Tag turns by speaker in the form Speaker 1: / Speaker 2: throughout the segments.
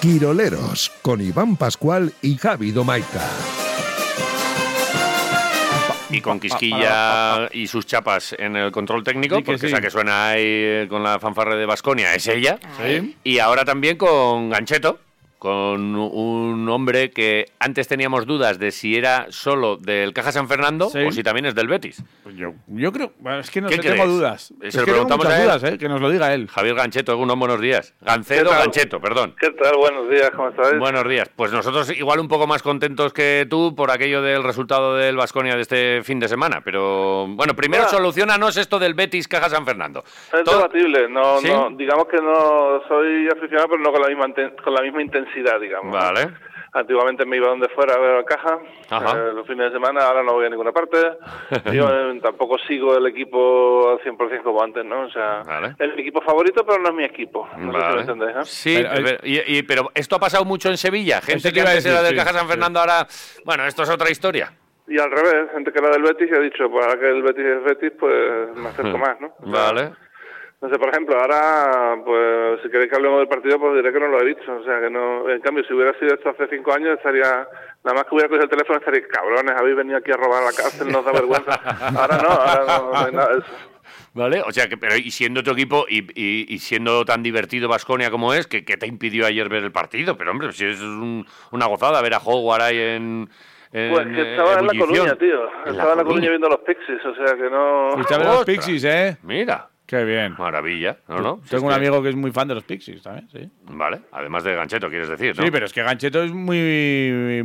Speaker 1: Quiroleros con Iván Pascual y Javi Domaica.
Speaker 2: Y con Quisquilla y sus chapas en el control técnico,
Speaker 3: Di que
Speaker 2: porque
Speaker 3: sí.
Speaker 2: esa que suena ahí eh, con la fanfarra de Basconia es ella.
Speaker 3: Sí.
Speaker 2: Y ahora también con Gancheto, con un hombre que antes teníamos dudas de si era solo del Caja San Fernando
Speaker 3: Sí.
Speaker 2: o si también es del Betis.
Speaker 3: Yo, yo creo. bueno, Es que no
Speaker 2: ¿Qué
Speaker 3: sé,
Speaker 2: crees? Eh,
Speaker 3: tengo dudas.
Speaker 2: Se
Speaker 3: Es
Speaker 2: lo
Speaker 3: que
Speaker 2: preguntamos
Speaker 3: tengo
Speaker 2: a
Speaker 3: muchas
Speaker 2: él.
Speaker 3: dudas, eh, que nos lo diga él.
Speaker 2: Javier Gancheto, unos buenos días. Gancedo,
Speaker 4: ¿Qué tal?
Speaker 2: Gancheto, perdón.
Speaker 4: ¿Qué tal? Buenos días, ¿cómo estáis?
Speaker 2: Buenos días. Pues nosotros igual un poco más contentos que tú por aquello del resultado del Vasconia de este fin de semana. Pero bueno, primero
Speaker 4: Bueno.
Speaker 2: solucionanos esto del Betis Caja San Fernando.
Speaker 4: es
Speaker 2: Todo-
Speaker 4: debatible, no,
Speaker 2: ¿Sí?
Speaker 4: no, digamos que no soy aficionado, pero no con la misma inten- con la misma intensidad, digamos.
Speaker 2: Vale.
Speaker 4: Antiguamente me iba donde fuera a ver la caja,
Speaker 2: Ajá.
Speaker 4: eh, los fines de semana, ahora no voy a ninguna parte. Yo eh, tampoco sigo el equipo al 100% como antes, ¿no? O sea,
Speaker 2: Vale.
Speaker 4: es mi equipo favorito, pero no es mi equipo. No sé si
Speaker 2: Vale.
Speaker 4: lo entendéis, ¿no?
Speaker 2: Sí,
Speaker 3: Pero hay-
Speaker 2: pero, y- y- pero esto ha pasado mucho en Sevilla. Gente
Speaker 3: Eso te
Speaker 2: que
Speaker 3: iba a
Speaker 2: antes
Speaker 3: decir,
Speaker 2: era del
Speaker 3: sí,
Speaker 2: Caja San
Speaker 3: sí.
Speaker 2: Fernando ahora. Bueno, esto es otra historia.
Speaker 4: Y al revés, gente que era del Betis y ha dicho, pues ahora que el Betis es Betis, pues me acerco más, ¿no? O sea,
Speaker 2: Hmm. Vale.
Speaker 4: No sé, por ejemplo, ahora, pues si queréis que hablemos del partido, pues diré que no lo he visto. O sea, que no. En cambio, si hubiera sido esto hace cinco años, estaría. Nada más que hubiera cogido el teléfono, estaría cabrones, habéis venido aquí a robar la cárcel, no os da vergüenza. Ahora no, ahora no, no hay nada de eso.
Speaker 2: Vale, o sea, que, pero y siendo tu equipo y, y- y siendo tan divertido Vasconia como es, ¿qué, qué te impidió ayer ver el partido? Pero hombre, si es un- una gozada ver a Howard ahí en. en
Speaker 4: Pues que estaba en La
Speaker 2: ebullición.
Speaker 4: Coruña, tío.
Speaker 2: En
Speaker 4: Estaba en La Coruña
Speaker 2: Coruña.
Speaker 4: viendo los Pixies, o sea que no.
Speaker 3: Fuiste a ver los
Speaker 2: Ah, Ostras.
Speaker 3: Pixies, ¿eh?
Speaker 2: Mira,
Speaker 3: Qué bien.
Speaker 2: maravilla, ¿no? no? Si es
Speaker 3: Tengo un
Speaker 2: que-
Speaker 3: amigo que es muy fan de los Pixies también, sí.
Speaker 2: Vale, además de gancheto, quieres decir, ¿no?
Speaker 3: Sí, pero es que Gancheto es muy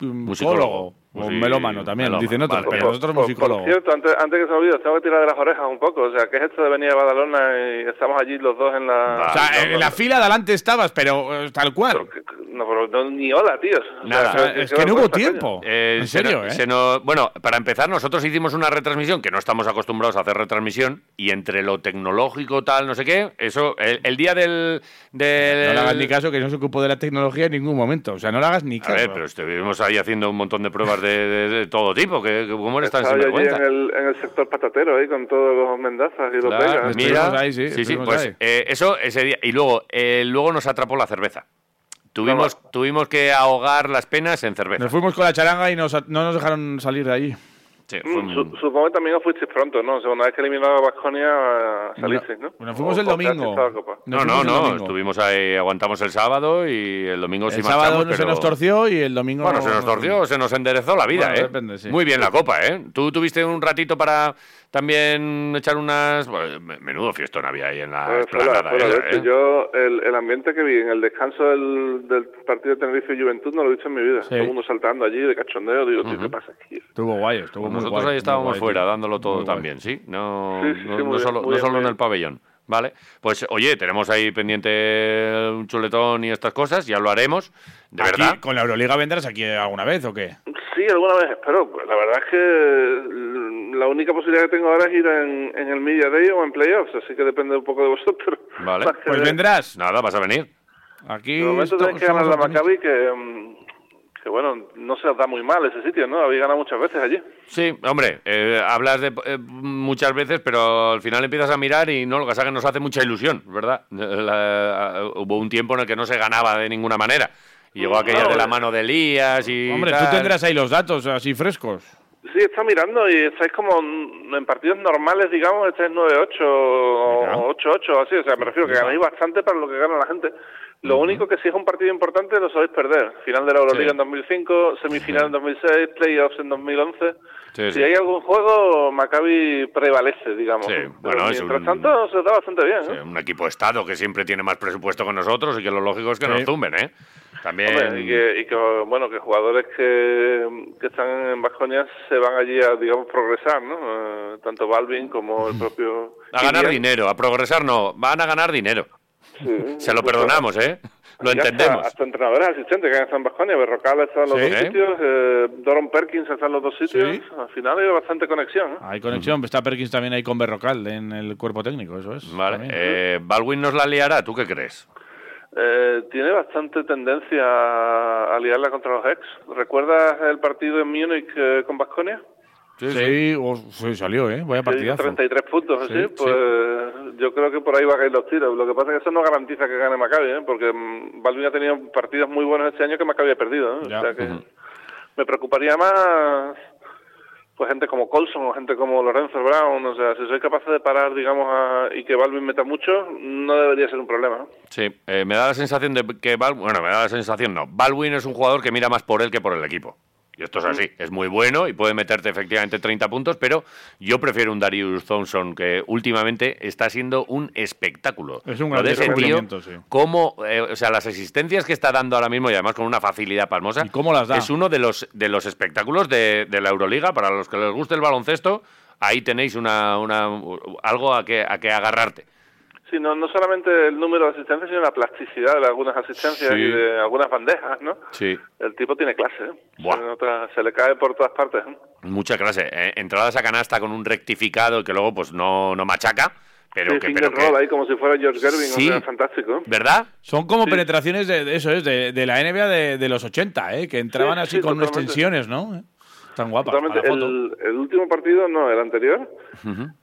Speaker 3: musicólogo. O
Speaker 2: Musi-
Speaker 3: melómano también,
Speaker 2: melómano,
Speaker 3: dicen otros,
Speaker 2: vale.
Speaker 3: pero
Speaker 2: Por-
Speaker 3: nosotros
Speaker 4: por,
Speaker 3: musicólogos.
Speaker 4: por cierto, antes, antes que se me olvide, os tengo que tirar de las orejas un poco. O sea, ¿qué es esto de venir a Badalona y estamos allí los dos en la.
Speaker 3: O sea, en la fila de adelante estabas, pero eh, tal cual.
Speaker 4: No, pero no, ni hola, tíos. O
Speaker 2: Nada.
Speaker 3: O sea,
Speaker 4: ¿qué-
Speaker 3: es
Speaker 4: qué
Speaker 3: que no hubo
Speaker 4: vergüenza, coño?
Speaker 3: tiempo.
Speaker 2: Eh,
Speaker 3: en
Speaker 2: se
Speaker 3: serio,
Speaker 2: no-
Speaker 3: ¿eh?
Speaker 2: se no- bueno, para empezar, nosotros hicimos una retransmisión que no estamos acostumbrados a hacer retransmisión y entre lo tecnológico, tal, no sé qué, eso, el, el día del. del
Speaker 3: No le hagas ni caso que no se ocupó de la tecnología en ningún momento. O sea, no le hagas ni
Speaker 2: A
Speaker 3: caso.
Speaker 2: ver, pero estuvimos ahí haciendo un montón de pruebas de, de- de todo tipo, que, que cómo eres tan
Speaker 4: Estaba yo allí
Speaker 2: sinvergüenza.
Speaker 4: en el, en el sector patatero, ahí con todos los mendazas y los
Speaker 3: Claro,
Speaker 4: pegas.
Speaker 3: estoy-
Speaker 2: Mira,
Speaker 3: Estuvimos ahí, sí, estuvimos
Speaker 2: pues
Speaker 3: ahí.
Speaker 2: eh, eso ese día. Y luego, eh, luego nos atrapó la cerveza. Tuvimos, tuvimos que ahogar las penas en cerveza.
Speaker 3: Nos fuimos con la charanga y nos, no nos dejaron salir de allí.
Speaker 2: Sí, fue
Speaker 4: Mm,
Speaker 2: un-
Speaker 4: su- supongo que también os fuisteis pronto, ¿no? O sea, una vez que eliminaba a Basconia, eh, salisteis, ¿no?
Speaker 3: Nos fuimos
Speaker 4: O-
Speaker 3: el
Speaker 4: o quedasteis
Speaker 3: domingo.
Speaker 4: toda la copa.
Speaker 2: no,
Speaker 3: Nos
Speaker 2: no,
Speaker 3: fuimos el
Speaker 2: no.
Speaker 3: domingo.
Speaker 2: Estuvimos ahí, aguantamos el sábado y el domingo Pues sí
Speaker 3: el sábado
Speaker 2: marchamos,
Speaker 3: no se
Speaker 2: pero-
Speaker 3: nos torció y el domingo.
Speaker 2: Bueno,
Speaker 3: no-
Speaker 2: se nos torció, se nos enderezó la vida,
Speaker 3: Bueno,
Speaker 2: ¿eh?
Speaker 3: depende, sí.
Speaker 2: Muy bien la copa, ¿eh? Tú tuviste un ratito para también echar unas... bueno, me- menudo fiestón había ahí en la
Speaker 4: Fue- fue la-
Speaker 2: explanada
Speaker 4: fue la
Speaker 2: esa,
Speaker 4: leche.
Speaker 2: Ah, ¿eh?
Speaker 4: este, Yo, el, el ambiente que vi en el descanso del, del partido de Tenerife y Juventud no lo he visto en mi vida. Todo el mundo saltando allí de cachondeo. Digo, tío, ¿qué pasa aquí?
Speaker 3: Estuvo guay, estuvo muy
Speaker 2: Nosotros
Speaker 3: guay,
Speaker 2: ahí estábamos
Speaker 3: muy guay,
Speaker 2: fuera,
Speaker 3: tío.
Speaker 2: dándolo todo
Speaker 3: Muy guay.
Speaker 2: también, ¿sí? No,
Speaker 4: Sí, sí, sí,
Speaker 2: no-
Speaker 4: muy
Speaker 2: no
Speaker 4: bien,
Speaker 2: solo,
Speaker 4: muy
Speaker 2: no
Speaker 4: bien,
Speaker 2: solo
Speaker 4: muy
Speaker 2: en el
Speaker 4: bien.
Speaker 2: pabellón. Vale, pues oye, tenemos ahí pendiente un chuletón y estas cosas, ya lo haremos, de
Speaker 3: Aquí,
Speaker 2: verdad.
Speaker 3: ¿Con la Euroliga vendrás aquí alguna vez o qué?
Speaker 4: Sí, alguna vez espero. Pues La verdad es que la única posibilidad que tengo ahora es ir en, en el Media Day o en Playoffs, así que depende un poco de vosotros.
Speaker 2: Vale.
Speaker 4: Más que
Speaker 3: Pues
Speaker 4: de-
Speaker 3: vendrás.
Speaker 2: Nada, vas a venir.
Speaker 3: Aquí.
Speaker 4: De momento
Speaker 3: esto-
Speaker 4: tenéis que ganar la
Speaker 3: somos
Speaker 4: Maccabi, que, mm, que bueno, no se os da muy mal ese sitio, ¿no? Habéis ganado muchas veces allí.
Speaker 2: Sí, hombre, eh, hablas de, eh, muchas veces, pero al final empiezas a mirar y no, lo que pasa es que nos hace mucha ilusión, ¿verdad? La- eh, hubo un tiempo en el que no se ganaba de ninguna manera. Y Llegó aquella
Speaker 4: No,
Speaker 2: de la
Speaker 4: eh.
Speaker 2: mano de Elías y.
Speaker 3: Hombre,
Speaker 2: tal.
Speaker 3: tú tendrás ahí los datos así frescos.
Speaker 4: Sí, está mirando y estáis como en en partidos normales, digamos, este estáis 9-8 o 8-8 o así. O sea, me refiero que ganáis bastante para lo que gana la gente. Lo único que si es un partido importante lo sabéis perder. Final de la Euroliga
Speaker 2: Sí.
Speaker 4: en 2005, semifinal en 2006, playoffs en 2011.
Speaker 2: Sí,
Speaker 4: si
Speaker 2: sí.
Speaker 4: hay algún juego, Maccabi prevalece, digamos.
Speaker 2: Sí,
Speaker 4: Pero
Speaker 2: bueno, es
Speaker 4: mientras
Speaker 2: un-
Speaker 4: tanto, se os da bastante bien.
Speaker 2: Sí,
Speaker 4: ¿eh?
Speaker 2: un equipo Estado que siempre tiene más presupuesto que nosotros y que lo lógico es que nos tumben, ¿eh? También.
Speaker 4: Hombre, y, que, y que, bueno, que jugadores que, que están en Vasconia se van allí a, digamos, progresar, ¿no? Eh, tanto Balvin como el propio...
Speaker 2: A ganar
Speaker 4: Kylian.
Speaker 2: dinero, a progresar no, van a ganar dinero.
Speaker 4: Sí.
Speaker 2: Se lo perdonamos, ¿eh? Lo
Speaker 4: Pues, Ya está,
Speaker 2: entendemos.
Speaker 4: Hasta entrenadores asistentes que han estado en Baskonia, Berrocal está en los
Speaker 2: Sí.
Speaker 4: dos sitios, eh, Doron Perkins está en los dos sitios.
Speaker 3: Sí.
Speaker 4: Al final hay bastante conexión.
Speaker 2: Ah.
Speaker 4: ¿eh?
Speaker 3: Hay conexión. Está Perkins también ahí con Berrocal en el cuerpo técnico, eso es.
Speaker 2: Vale,
Speaker 3: también.
Speaker 2: eh, Baldwin nos la liará, ¿tú qué crees?
Speaker 4: Eh, tiene bastante tendencia a liarla contra los ex. ¿Recuerdas el partido en Múnich eh, con Baskonia?
Speaker 3: Sí, o- sí, salió, ¿eh? Vaya
Speaker 4: Que hizo
Speaker 3: partidazo.
Speaker 4: 33 puntos, así,
Speaker 3: Sí,
Speaker 4: pues
Speaker 3: sí.
Speaker 4: yo creo que por ahí va a caer los tiros. Lo que pasa es que eso no garantiza que gane Maccabi, ¿eh? porque mm, Balvin ha tenido partidos muy buenos este año que Maccabi ha perdido. ¿eh?
Speaker 3: Ya.
Speaker 4: O sea que me preocuparía más pues gente como Colson o gente como Lorenzo Brown. O sea, si soy capaz de parar, digamos, a- y que Balvin meta mucho, no debería ser un problema.
Speaker 2: Sí, eh, me da la sensación de que Bal- bueno, me da la sensación no, Baldwin es un jugador que mira más por él que por el equipo. Y esto
Speaker 3: Mm.
Speaker 2: es así, es muy bueno y puede meterte efectivamente 30 puntos, pero yo prefiero un Darius Thompson que últimamente está siendo un espectáculo.
Speaker 3: Es un
Speaker 2: Lo de
Speaker 3: grandioso
Speaker 2: ese tío,
Speaker 3: cumplimiento, sí.
Speaker 2: cómo, eh, o sea, las existencias que está dando ahora mismo y además con una facilidad palmosa,
Speaker 3: ¿Y cómo las da?
Speaker 2: es uno de los, de los espectáculos de, de la Euroliga. Para los que les guste el baloncesto, ahí tenéis una, una- algo a que, a que agarrarte.
Speaker 4: Sí, no, no solamente el número de asistencias, sino la plasticidad de algunas asistencias
Speaker 2: Sí.
Speaker 4: y de algunas bandejas, ¿no?
Speaker 2: Sí.
Speaker 4: El tipo tiene clase, ¿eh?
Speaker 2: Buah.
Speaker 4: Se nota- se le cae por todas partes. ¿eh?
Speaker 2: Mucha clase. eh, entradas a canasta con un rectificado que luego pues no, no machaca, pero
Speaker 4: Sí,
Speaker 2: que...
Speaker 4: finger
Speaker 2: Pero que-
Speaker 4: roll ahí como si fuera George Gervin,
Speaker 2: Sí.
Speaker 4: o sea, fantástico.
Speaker 2: ¿Verdad?
Speaker 3: Son como penetraciones de, de- eso es, de, de la NBA de, de los 80, ¿eh? Que entraban
Speaker 4: Sí,
Speaker 3: así
Speaker 4: sí,
Speaker 3: con unas
Speaker 4: totalmente.
Speaker 3: tensiones, ¿no? ¿Eh? Tan guapas.
Speaker 4: Totalmente.
Speaker 3: para la foto.
Speaker 4: El, el último partido, no, el anterior,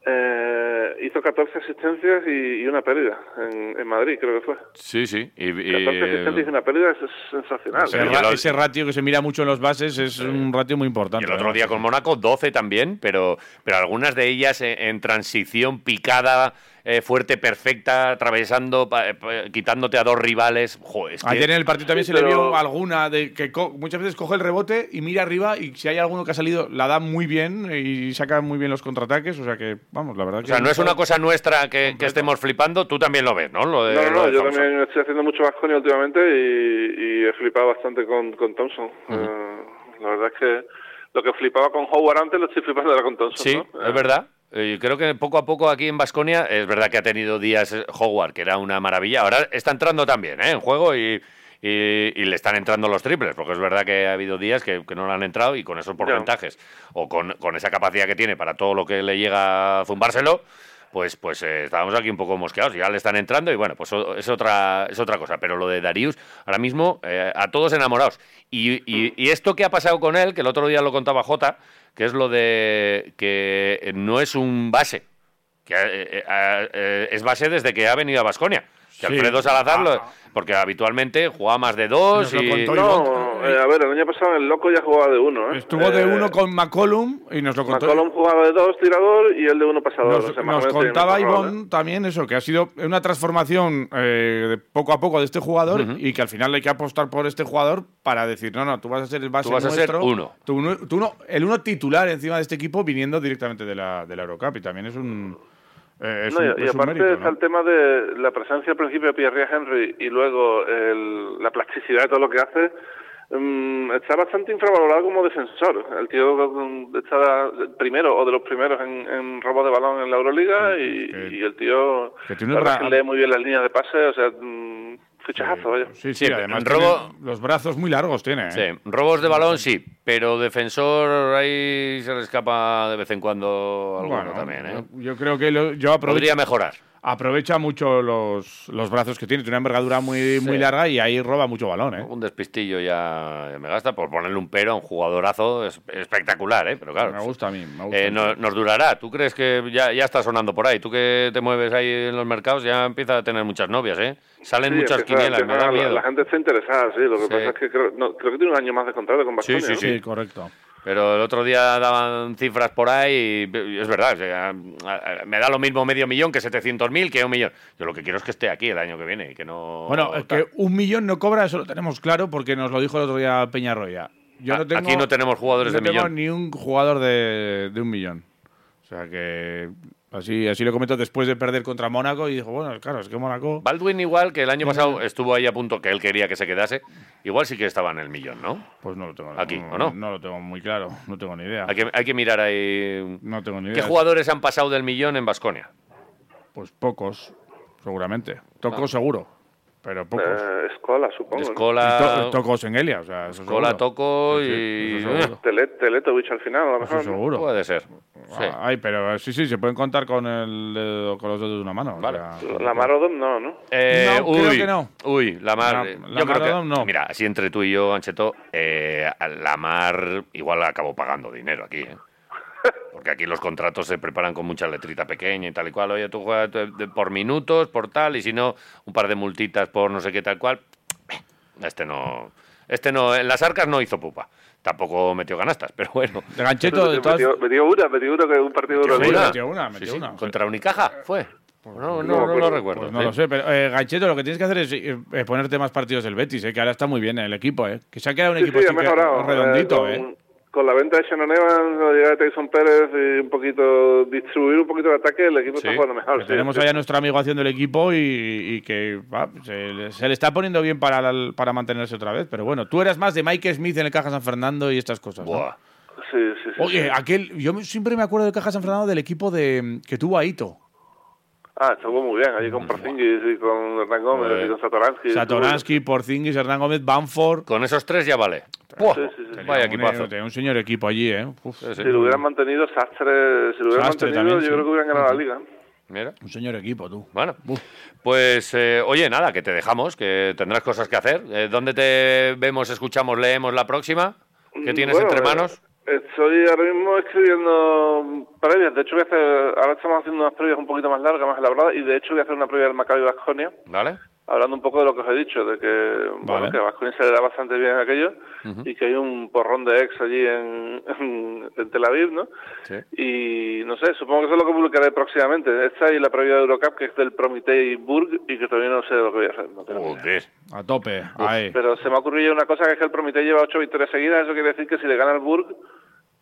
Speaker 4: eh, hizo 14 asistencias y, y una pérdida en, en Madrid, creo que fue. 14
Speaker 2: Sí, sí. Y, y-
Speaker 4: asistencias y una pérdida eso es sensacional.
Speaker 2: Sí,
Speaker 3: Ese,
Speaker 2: y el
Speaker 3: ra-
Speaker 2: otro-
Speaker 3: ese ratio que se mira mucho en los bases es un ratio muy importante.
Speaker 2: y el otro
Speaker 3: ¿verdad?
Speaker 2: día con Mónaco, 12 también, pero, pero algunas de ellas en, en transición picada, eh, fuerte, perfecta, atravesando, pa- eh, pa- quitándote a dos rivales. Jo, es que-
Speaker 3: Ayer en el partido también
Speaker 4: Sí,
Speaker 3: se le
Speaker 4: pero-
Speaker 3: vio alguna de que co- muchas veces coge el rebote y mira arriba y si hay alguno que ha salido la da muy bien y saca muy bien los contraataques, o sea que vamos, la verdad
Speaker 2: O
Speaker 3: que
Speaker 2: sea, no es una cosa nuestra que, que estemos flipando, tú también lo ves, ¿no? Lo de-
Speaker 4: No, no,
Speaker 2: lo
Speaker 4: no,
Speaker 2: de
Speaker 4: yo
Speaker 2: Thompson.
Speaker 4: también estoy haciendo mucho más con últimamente y, y he flipado bastante con, con Thompson. Eh, la verdad es que lo que flipaba con Howard antes lo estoy flipando ahora con Thompson.
Speaker 2: Sí,
Speaker 4: ¿no?
Speaker 2: es
Speaker 4: Eh,
Speaker 2: verdad. Y creo que poco a poco aquí en Vasconia es verdad que ha tenido días eh, Howard, que era una maravilla. Ahora está entrando también ¿eh? en juego y, y- y le están entrando los triples, porque es verdad que ha habido días que, que no le han entrado y con esos porcentajes o con, con esa capacidad que tiene para todo lo que le llega a zumbárselo, pues, pues eh, estábamos aquí un poco mosqueados. Ya le están entrando y bueno, pues o- es otra, es otra cosa. Pero lo de Darius, ahora mismo, eh, a todos enamorados. Y, y- y esto que ha pasado con él, que el otro día lo contaba Jota, que es lo de que no es un base. Que, eh, eh, ah, eh, es base desde que ha venido a Basconia. Que
Speaker 3: Sí.
Speaker 2: Alfredo Salazar, lo-
Speaker 3: Ah.
Speaker 2: porque habitualmente jugaba más de dos
Speaker 3: Nos lo
Speaker 2: y.
Speaker 3: contó
Speaker 4: No, eh, a ver, el año pasado el loco ya jugaba de uno. ¿eh?
Speaker 3: Estuvo de
Speaker 4: Eh,
Speaker 3: uno con McCollum y nos lo contó.
Speaker 4: McCollum jugaba de dos tirador y él de uno pasador.
Speaker 3: Nos,
Speaker 4: o sea, más
Speaker 3: nos
Speaker 4: o menos tiene el
Speaker 3: contaba
Speaker 4: mismo rol, ¿eh?
Speaker 3: Ivonne también eso, que ha sido una transformación eh, de poco a poco de este jugador y que al final hay que apostar por este jugador para decir, no, no, tú vas a ser el base
Speaker 2: Tú vas a ser
Speaker 3: nuestro,
Speaker 2: uno.
Speaker 3: tú no- tú no- el uno titular encima de este equipo viniendo directamente de la, de la Eurocup y también es un... eh, es
Speaker 4: No,
Speaker 3: un-
Speaker 4: y, y
Speaker 3: es un
Speaker 4: aparte
Speaker 3: mérito,
Speaker 4: está
Speaker 3: ¿no?
Speaker 4: el tema de la presencia al principio de Pierre Henry y luego el- la plasticidad de todo lo que hace. mm, está bastante infravalorado como defensor. El tío mm, está primero o de los primeros en, en robos de balón en la Euroliga y,
Speaker 3: que-
Speaker 4: y el tío
Speaker 3: que tiene
Speaker 4: la
Speaker 3: un
Speaker 4: verdad
Speaker 3: bra-
Speaker 4: es que lee muy bien las líneas de pase. O sea, mm, fichajazo, vaya.
Speaker 2: Sí,
Speaker 3: Sí, sí,
Speaker 2: pero
Speaker 3: además
Speaker 2: en robo-
Speaker 3: tiene los brazos muy largos tiene. ¿eh?
Speaker 2: Sí, robos de balón sí, pero defensor ahí se le escapa de vez en cuando alguno
Speaker 3: Bueno,
Speaker 2: también. ¿eh?
Speaker 3: yo, yo creo que lo- yo aprovecho ¿Eh?
Speaker 2: Podría mejorar.
Speaker 3: aprovecha mucho los, los brazos que tiene. Tiene una envergadura muy, muy larga y ahí roba mucho balón, ¿eh?
Speaker 2: Un despistillo ya me gasta por ponerle un pero a un jugadorazo es- espectacular, ¿eh? Pero claro,
Speaker 3: Me gusta a mí, me gusta.
Speaker 2: eh, no- nos durará. ¿Tú crees que ya, ya está sonando por ahí? Tú que te mueves ahí en los mercados ya empieza a tener muchas novias, ¿eh? Salen
Speaker 4: Sí,
Speaker 2: muchas
Speaker 4: empieza-
Speaker 2: quinielas, me
Speaker 4: empieza-
Speaker 2: da
Speaker 4: la-
Speaker 2: miedo.
Speaker 4: La, gente está interesada, sí. Lo que
Speaker 2: Sí.
Speaker 4: pasa es que creo, no, creo que tiene un año más de contrato con Baskonia.
Speaker 2: sí,
Speaker 4: ¿no?
Speaker 3: Sí, correcto.
Speaker 2: Pero el otro día daban cifras por ahí y y es verdad, o sea, a- a- me da lo mismo medio millón que 700.000 que un millón. Yo lo que quiero es que esté aquí el año que viene y que no...
Speaker 3: Bueno, es que
Speaker 2: tal.
Speaker 3: un millón no cobra, eso lo tenemos claro porque nos lo dijo el otro día Peñarroya. Yo
Speaker 2: A-
Speaker 3: no tengo,
Speaker 2: aquí no tenemos jugadores de
Speaker 3: no
Speaker 2: millón.
Speaker 3: tengo ni un jugador de, de un millón. O sea que así, así lo comento después de perder contra Mónaco y dijo, bueno, claro, es que Mónaco...
Speaker 2: Baldwin igual que el año pasado estuvo ahí a punto que él quería que se quedase, igual sí que estaba en el millón, ¿no?
Speaker 3: Pues no lo tengo.
Speaker 2: Aquí,
Speaker 3: no,
Speaker 2: ¿o no?
Speaker 3: lo tengo muy claro, no tengo ni idea.
Speaker 2: Hay que, hay que mirar ahí.
Speaker 3: No tengo ni idea.
Speaker 2: ¿Qué jugadores han pasado del millón en Basconia?
Speaker 3: Pues pocos, seguramente. Tocos seguro, pero pocos.
Speaker 4: Eh, Escola, supongo. ¿no?
Speaker 2: Escola,
Speaker 3: Y to- Tocos en Elia, o sea, eso
Speaker 2: Escola
Speaker 3: seguro.
Speaker 2: Toco
Speaker 3: Sí, sí,
Speaker 2: y. eh,
Speaker 3: eso seguro.
Speaker 4: Tele- Teletovich al final, a lo
Speaker 3: Pues Eso
Speaker 4: mejor. ¿no?
Speaker 3: seguro.
Speaker 2: Puede ser. Sí.
Speaker 3: Ah, Ay, pero eh, sí, sí, se pueden contar con, el dedo- con los dedos de una mano.
Speaker 2: Vale.
Speaker 3: pues,
Speaker 4: La Marodom no, ¿no?
Speaker 2: Eh,
Speaker 3: No,
Speaker 2: uy,
Speaker 3: creo que no.
Speaker 2: Uy, Lamar.
Speaker 3: La-
Speaker 2: eh,
Speaker 3: la
Speaker 2: yo creo que.
Speaker 3: Maradona no.
Speaker 2: Mira, así entre tú y yo, Ancheto, eh, a Lamar igual acabó pagando dinero aquí. ¿eh? Porque aquí los contratos se preparan con mucha letrita pequeña y tal y cual. Oye, tú juegas de- de- por minutos, por tal, y si no, un par de multitas por no sé qué tal cual. Este no. Este no. En las arcas no hizo pupa. Tampoco metió ganastas, pero bueno.
Speaker 3: De gancheto, de todas.
Speaker 4: metió, metió una, metió una que es un partido
Speaker 3: Metió
Speaker 4: de
Speaker 3: una.
Speaker 4: una.
Speaker 3: metió una.
Speaker 2: Contra Unicaja fue. No, no,
Speaker 4: no me
Speaker 2: no, lo
Speaker 4: acuerdo.
Speaker 2: recuerdo.
Speaker 3: Pues no
Speaker 2: sí.
Speaker 3: lo sé, pero eh, Gancheto, lo que tienes que hacer es eh, eh, ponerte más partidos del Betis, eh, que ahora está muy bien el equipo, eh, que se ha quedado un
Speaker 4: Sí,
Speaker 3: equipo
Speaker 4: sí, ha
Speaker 3: así que-
Speaker 4: mejorado.
Speaker 3: redondito.
Speaker 4: eh,
Speaker 3: eh.
Speaker 4: con, con la venta de Shannon Evans, la llegada de Tyson Pérez y un poquito distribuir un poquito el ataque, el equipo
Speaker 2: Sí,
Speaker 4: está jugando mejor.
Speaker 3: Que
Speaker 4: sí,
Speaker 3: tenemos
Speaker 4: sí.
Speaker 3: ahí a nuestro amigo haciendo el equipo y, y que va, se, le- se le está poniendo bien para, la- para mantenerse otra vez. Pero bueno, tú eras más de Mike Smith en el Caja San Fernando y estas cosas. ¿no?
Speaker 2: Buah.
Speaker 4: Sí, sí, sí.
Speaker 3: Oye, aquel, yo me- siempre me acuerdo del Caja San Fernando del equipo de que tuvo a Ito.
Speaker 4: Ah, estuvo muy bien, allí
Speaker 3: Mm.
Speaker 4: con Porzingis y con Hernán Gómez
Speaker 2: Eh,
Speaker 4: y con Satoransky.
Speaker 3: Satoransky, Porzingis, Hernán Gómez, Banford.
Speaker 2: Con esos tres ya vale. Buah,
Speaker 4: sí, sí, sí.
Speaker 2: Vaya
Speaker 3: un,
Speaker 2: equipazo.
Speaker 3: tenía un señor equipo allí, ¿eh? Uf,
Speaker 2: Sí, sí.
Speaker 4: Si lo hubieran mantenido, Sastre, si lo hubieran
Speaker 3: Sastre
Speaker 4: mantenido,
Speaker 3: también,
Speaker 4: yo
Speaker 3: sí.
Speaker 4: creo que hubieran ganado la liga.
Speaker 2: Mira.
Speaker 3: un señor equipo, tú.
Speaker 2: Bueno, pues eh, oye, nada, que te dejamos, que tendrás cosas que hacer. Eh, ¿Dónde te vemos, escuchamos, leemos la próxima? ¿Qué tienes
Speaker 4: Bueno,
Speaker 2: entre
Speaker 4: eh,
Speaker 2: manos?
Speaker 4: Estoy ahora mismo escribiendo previas. De hecho, voy a hacer- ahora estamos haciendo unas previas un poquito más largas, más elaboradas. Y de hecho, voy a hacer una previa del Maccabi Vasconia,
Speaker 2: ¿Vale?
Speaker 4: hablando un poco de lo que os he dicho, de que, bueno, que a Vasconia se le da bastante bien aquello y que hay un porrón de ex allí en, en, en Tel Aviv, ¿no?
Speaker 2: Sí.
Speaker 4: Y no sé, supongo que eso es lo que publicaré próximamente. Esta y la previa de Eurocup, que es del Prometei Burg, y que todavía no sé lo que voy a hacer. no tengo ni idea.
Speaker 2: Joder.
Speaker 3: A tope, ahí.
Speaker 4: Pero se me ha ocurrido ya una cosa que es que el Prometeo lleva ocho victorias seguidas, eso quiere decir que si le gana el Burg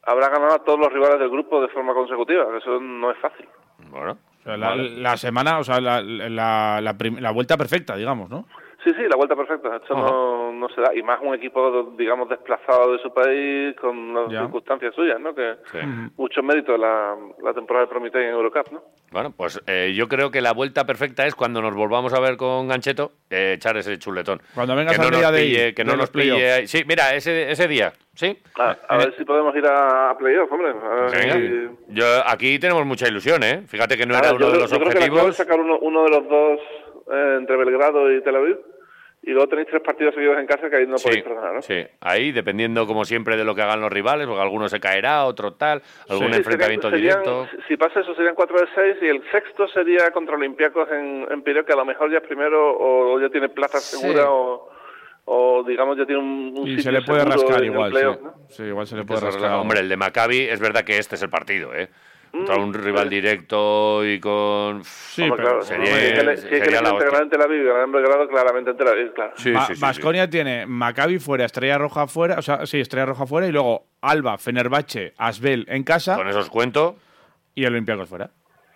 Speaker 4: habrá ganado a todos los rivales del grupo de forma consecutiva, que eso no es fácil.
Speaker 2: Bueno.
Speaker 3: O sea, la,
Speaker 2: vale.
Speaker 3: la semana, o sea, la, la- la prim- la vuelta perfecta, digamos, ¿no?
Speaker 4: Sí, sí, la vuelta perfecta, esto no, no se da, y más un equipo, digamos, desplazado de su país con las
Speaker 3: Ya.
Speaker 4: circunstancias suyas, ¿no? Que
Speaker 2: Sí.
Speaker 4: mucho mérito la, la temporada del Prometeo en Eurocup, ¿no?
Speaker 2: Bueno, pues eh, yo creo que la vuelta perfecta es cuando nos volvamos a ver con Gancheto, eh, echar ese chuletón.
Speaker 3: Cuando vengas
Speaker 2: que no
Speaker 3: al
Speaker 2: nos
Speaker 3: día de-
Speaker 2: pille, que
Speaker 3: de
Speaker 2: no
Speaker 3: los
Speaker 2: nos pille.
Speaker 3: playoffs.
Speaker 2: ahí. Sí, mira, ese, ese día, ¿sí? Eh.
Speaker 4: A, a ver si podemos ir a, a playoff, hombre. A ver
Speaker 2: Venga.
Speaker 4: si-
Speaker 2: Yo, aquí tenemos mucha ilusión, ¿eh? Fíjate que no
Speaker 4: Ahora,
Speaker 2: era uno
Speaker 4: yo
Speaker 2: de
Speaker 4: creo-
Speaker 2: los
Speaker 4: yo Creo que la clave es
Speaker 2: objetivos.
Speaker 4: sacar uno, uno de los dos eh, entre Belgrado y Tel Aviv. Y luego tenéis tres partidos seguidos en casa que ahí no podéis perdonar, ¿no?
Speaker 2: sí, ahí dependiendo como siempre de lo que hagan los rivales, porque alguno se caerá, otro tal, algún
Speaker 4: Sí,
Speaker 2: enfrentamiento
Speaker 4: serían-
Speaker 2: directo.
Speaker 4: serían- Si pasa eso, serían cuatro de seis y el sexto sería contra Olympiacos en, en Pireo, que a lo mejor ya es primero o, o ya tiene plaza segura o, o, digamos ya tiene un, un
Speaker 3: Y
Speaker 4: sitio
Speaker 3: se le puede
Speaker 4: seguro
Speaker 3: rascar
Speaker 4: en el
Speaker 3: igual.
Speaker 4: playoff,
Speaker 3: sí.
Speaker 4: ¿no?
Speaker 3: Sí, igual se le
Speaker 2: Pues
Speaker 3: puede rascar.
Speaker 2: Hombre, el de Maccabi es verdad que este es el partido, ¿eh? Contra
Speaker 4: Mm,
Speaker 2: un rival directo y con...
Speaker 3: Sí,
Speaker 4: Hombre,
Speaker 3: pero-
Speaker 4: claro,
Speaker 2: sería-
Speaker 4: si hay que le- si hay
Speaker 2: sería
Speaker 4: que elegir
Speaker 2: la
Speaker 4: entre
Speaker 2: hostia.
Speaker 4: ganar en Tel Aviv y ganar en Belgrado, claramente en Tel Aviv, claro.
Speaker 2: Sí,
Speaker 3: Ma-
Speaker 2: sí, sí, sí.
Speaker 3: Baskonia tiene Maccabi fuera, Estrella Roja fuera, o sea, sí, Estrella Roja fuera y luego Alba, Fenerbahce, Asbel en casa
Speaker 2: Con esos cuentos.
Speaker 3: y Olympiacos fuera.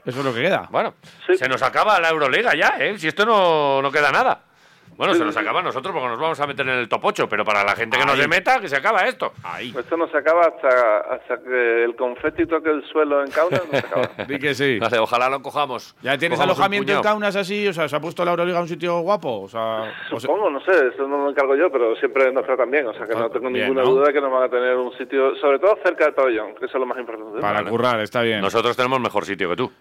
Speaker 3: Eso es lo que queda.
Speaker 2: Bueno,
Speaker 4: Sí.
Speaker 2: se nos acaba la Euroliga ya, ¿eh? Si esto no, no queda nada. Bueno, se nos acaba a nosotros porque nos vamos a meter en el top 8, pero para la gente que no se meta, que se acaba esto. Pues, Ahí.
Speaker 4: Esto no se acaba hasta, hasta que el confeti toque el suelo en Kaunas, no se acaba.
Speaker 3: Di que sí.
Speaker 2: ojalá lo cojamos.
Speaker 3: ¿Ya
Speaker 2: Cojamos
Speaker 3: tienes
Speaker 2: un
Speaker 3: alojamiento en
Speaker 2: puñado.
Speaker 3: Kaunas así? O sea, ¿se ha puesto la Euroliga en un sitio guapo? O sea, o sea-
Speaker 4: Supongo, no sé, eso no lo encargo yo, pero siempre nos tratan bien, o sea que no tengo
Speaker 3: Bien,
Speaker 4: ninguna
Speaker 3: ¿no?
Speaker 4: duda de que nos van a tener un sitio, sobre todo cerca del pabellón, que eso es lo más importante.
Speaker 3: para
Speaker 2: Vale.
Speaker 3: currar, está bien.
Speaker 2: Nosotros tenemos mejor sitio que tú.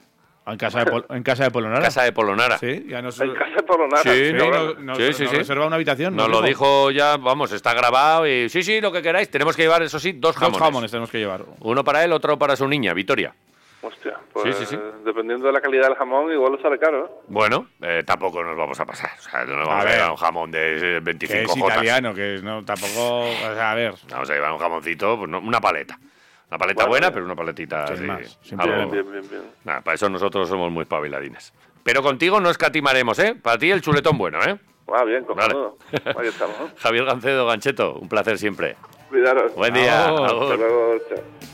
Speaker 3: En casa de, Pol- en casa de Polonara.
Speaker 2: Casa de Polonara.
Speaker 3: Sí, ya nos,
Speaker 4: En casa por lo nada.
Speaker 2: Sí,
Speaker 3: sí,
Speaker 2: no,
Speaker 3: nos- nos-
Speaker 2: sí, sí,
Speaker 3: nos
Speaker 2: sí.
Speaker 3: reserva una habitación.
Speaker 2: Nos lo dijo ya, vamos, está grabado y sí, sí, lo que queráis. Tenemos que llevar, eso sí, dos
Speaker 3: Dos
Speaker 2: jamones.
Speaker 3: jamones tenemos que llevar.
Speaker 2: Uno para él, otro para su niña, Vitoria.
Speaker 4: Hostia, pues
Speaker 2: Sí, sí, sí.
Speaker 4: dependiendo de la calidad del jamón, igual le sale caro. ¿eh?
Speaker 2: Bueno, eh, tampoco nos vamos a pasar. O sea, no nos vamos a,
Speaker 3: ver.
Speaker 2: llevar un jamón de eh,
Speaker 3: Que
Speaker 2: 25
Speaker 3: es
Speaker 2: jotas.
Speaker 3: italiano, que es- no, tampoco. O sea, a ver.
Speaker 2: Vamos a llevar un jamoncito, pues no, una paleta. Una paleta
Speaker 4: Bueno,
Speaker 2: buena,
Speaker 4: bien.
Speaker 2: pero una paletita
Speaker 3: Sin
Speaker 2: así,
Speaker 3: más, sin
Speaker 2: algo-
Speaker 3: problema.
Speaker 4: Bien, bien, bien.
Speaker 2: Nada, para eso nosotros somos muy espabiladines. Pero contigo no escatimaremos, ¿eh? Para ti el chuletón bueno, ¿eh?
Speaker 4: Ah, bien, cojonudo. Ahí estamos. ¿eh?
Speaker 2: Javier Gancedo, Gancheto, un placer siempre.
Speaker 4: Cuidaros.
Speaker 2: Buen día.
Speaker 3: Agur.
Speaker 2: Agur.
Speaker 4: Hasta luego, chao.